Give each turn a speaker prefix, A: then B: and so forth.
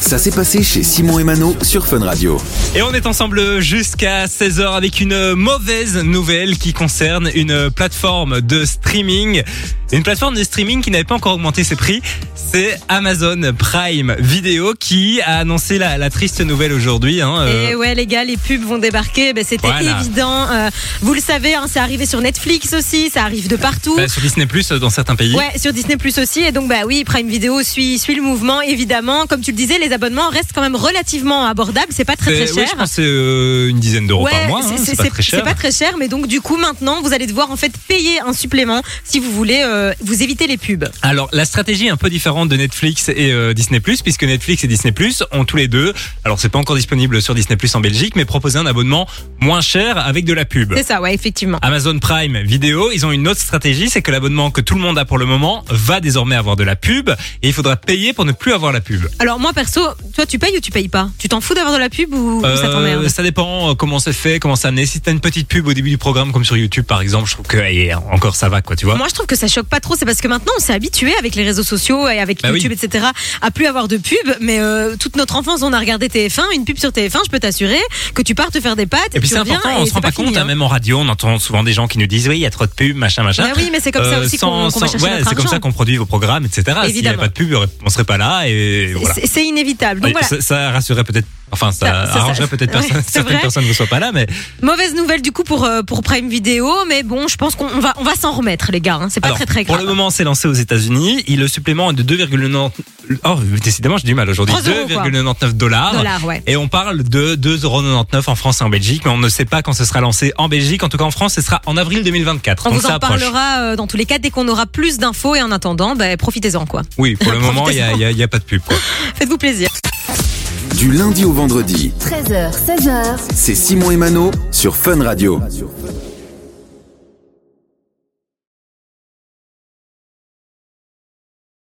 A: Ça s'est passé chez Simon et Mano sur Fun Radio.
B: Et on est ensemble jusqu'à 16h avec une mauvaise nouvelle qui concerne une plateforme de streaming. Une plateforme de streaming qui n'avait pas encore augmenté ses prix. C'est Amazon Prime Video qui a annoncé la, la triste nouvelle aujourd'hui. hein, euh,
C: Et ouais, les gars, les pubs vont débarquer. Ben, C'était
B: Voilà.
C: évident. Euh, vous le savez, hein, c'est arrivé sur Netflix aussi, ça arrive de partout.
B: bah, sur Disney Plus dans certains pays.
C: Ouais, sur Disney Plus aussi. Et donc, bah oui, Prime Video suit, suit le mouvement, évidemment. Comme tu le disais, les abonnements restent quand même relativement abordables. C'est pas très
B: C'est-
C: très
B: ouais,
C: cher.
B: je pense que c'est euh, une dizaine d'euros par mois. hein,
C: c'est-
B: c'est
C: c'est
B: pas très
C: c'est
B: cher.
C: pas très cher, mais donc du coup maintenant vous allez devoir en fait payer un supplément si vous voulez euh, vous éviter les pubs.
B: Alors la stratégie est un peu différente de Netflix et euh, Disney puisque Netflix et Disney ont tous les deux, alors c'est pas encore disponible sur Disney en Belgique, mais proposé un abonnement moins cher avec de la pub.
C: C'est ça, ouais, effectivement.
B: Amazon Prime Vidéo, ils ont une autre stratégie, c'est que l'abonnement que tout le monde a pour le moment va désormais avoir de la pub et il faudra payer pour ne plus avoir la pub.
C: Alors moi perso, toi tu payes ou tu payes pas Tu t'en fous d'avoir de la pub ou, ou ça
B: Euh,
C: t'emmerde
B: ça dépend euh, comment c'est fait, comment ça amené. Si t'as une petite pub au début du programme, comme sur YouTube par exemple, je trouve que eh, encore ça va quoi, tu vois.
C: Moi, je trouve que ça choque pas trop. C'est parce que maintenant, on s'est habitué avec les réseaux sociaux et avec
B: Bah
C: YouTube, etc., à plus avoir de pub. Mais euh, toute notre enfance, on a regardé TF1, une pub sur TF1. Je peux t'assurer que tu pars te faire des pâtes.
B: Et puis
C: tu
B: c'est
C: reviens
B: important,
C: et
B: on se
C: c'est
B: rend pas,
C: fini,
B: compte, hein,
C: hein.
B: même en radio, on entend souvent des gens qui nous disent oui, il y a trop de pubs, machin, machin.
C: Bah oui, mais c'est comme ça
B: Euh,
C: aussi qu'on
B: sans-
C: qu'on va
B: sans-
C: chercher
B: ouais,
C: notre
B: c'est comme
C: argent.
B: ça qu'on produit vos programmes, etc. S'il n'y avait
C: Évidemment.
B: pas de pub, on serait pas là et voilà.
C: C'est- C'est inévitable. Donc
B: Et
C: voilà.
B: ça, ça rassurerait peut-être, enfin, ça,
C: Ça- ça- ça-
B: arrangerait peut-être
C: Ouais,
B: personne,
C: c'est
B: certaines
C: vrai.
B: personnes ne soient pas là, mais
C: Mauvaise nouvelle du coup pour euh, pour Prime Video, mais bon, je pense qu'on on va on va s'en remettre les gars. hein. C'est pas
B: alors,
C: très très
B: pour
C: grave.
B: le moment, c'est lancé aux États-Unis. Et le supplément est de 2,99 oh, décidément, j'ai du mal aujourd'hui.
C: 3 euros, quoi.
B: 2,99 dollars.
C: Dollars, ouais.
B: Et on parle de 2,99€ en France et en Belgique, mais on ne sait pas quand ce sera lancé en Belgique. En tout cas, en France, ce sera en avril 2024.
C: On
B: donc
C: vous
B: ça
C: en
B: approche.
C: parlera euh, dans tous les cas dès qu'on aura plus d'infos et en attendant, bah, profitez-en quoi.
B: Oui, pour le moment, il n'y a, il y a- il y a pas de pub. quoi.
C: Faites-vous plaisir.
A: Du lundi au vendredi,
D: 13h, 16h,
A: c'est Simon et Mano sur Fun Radio.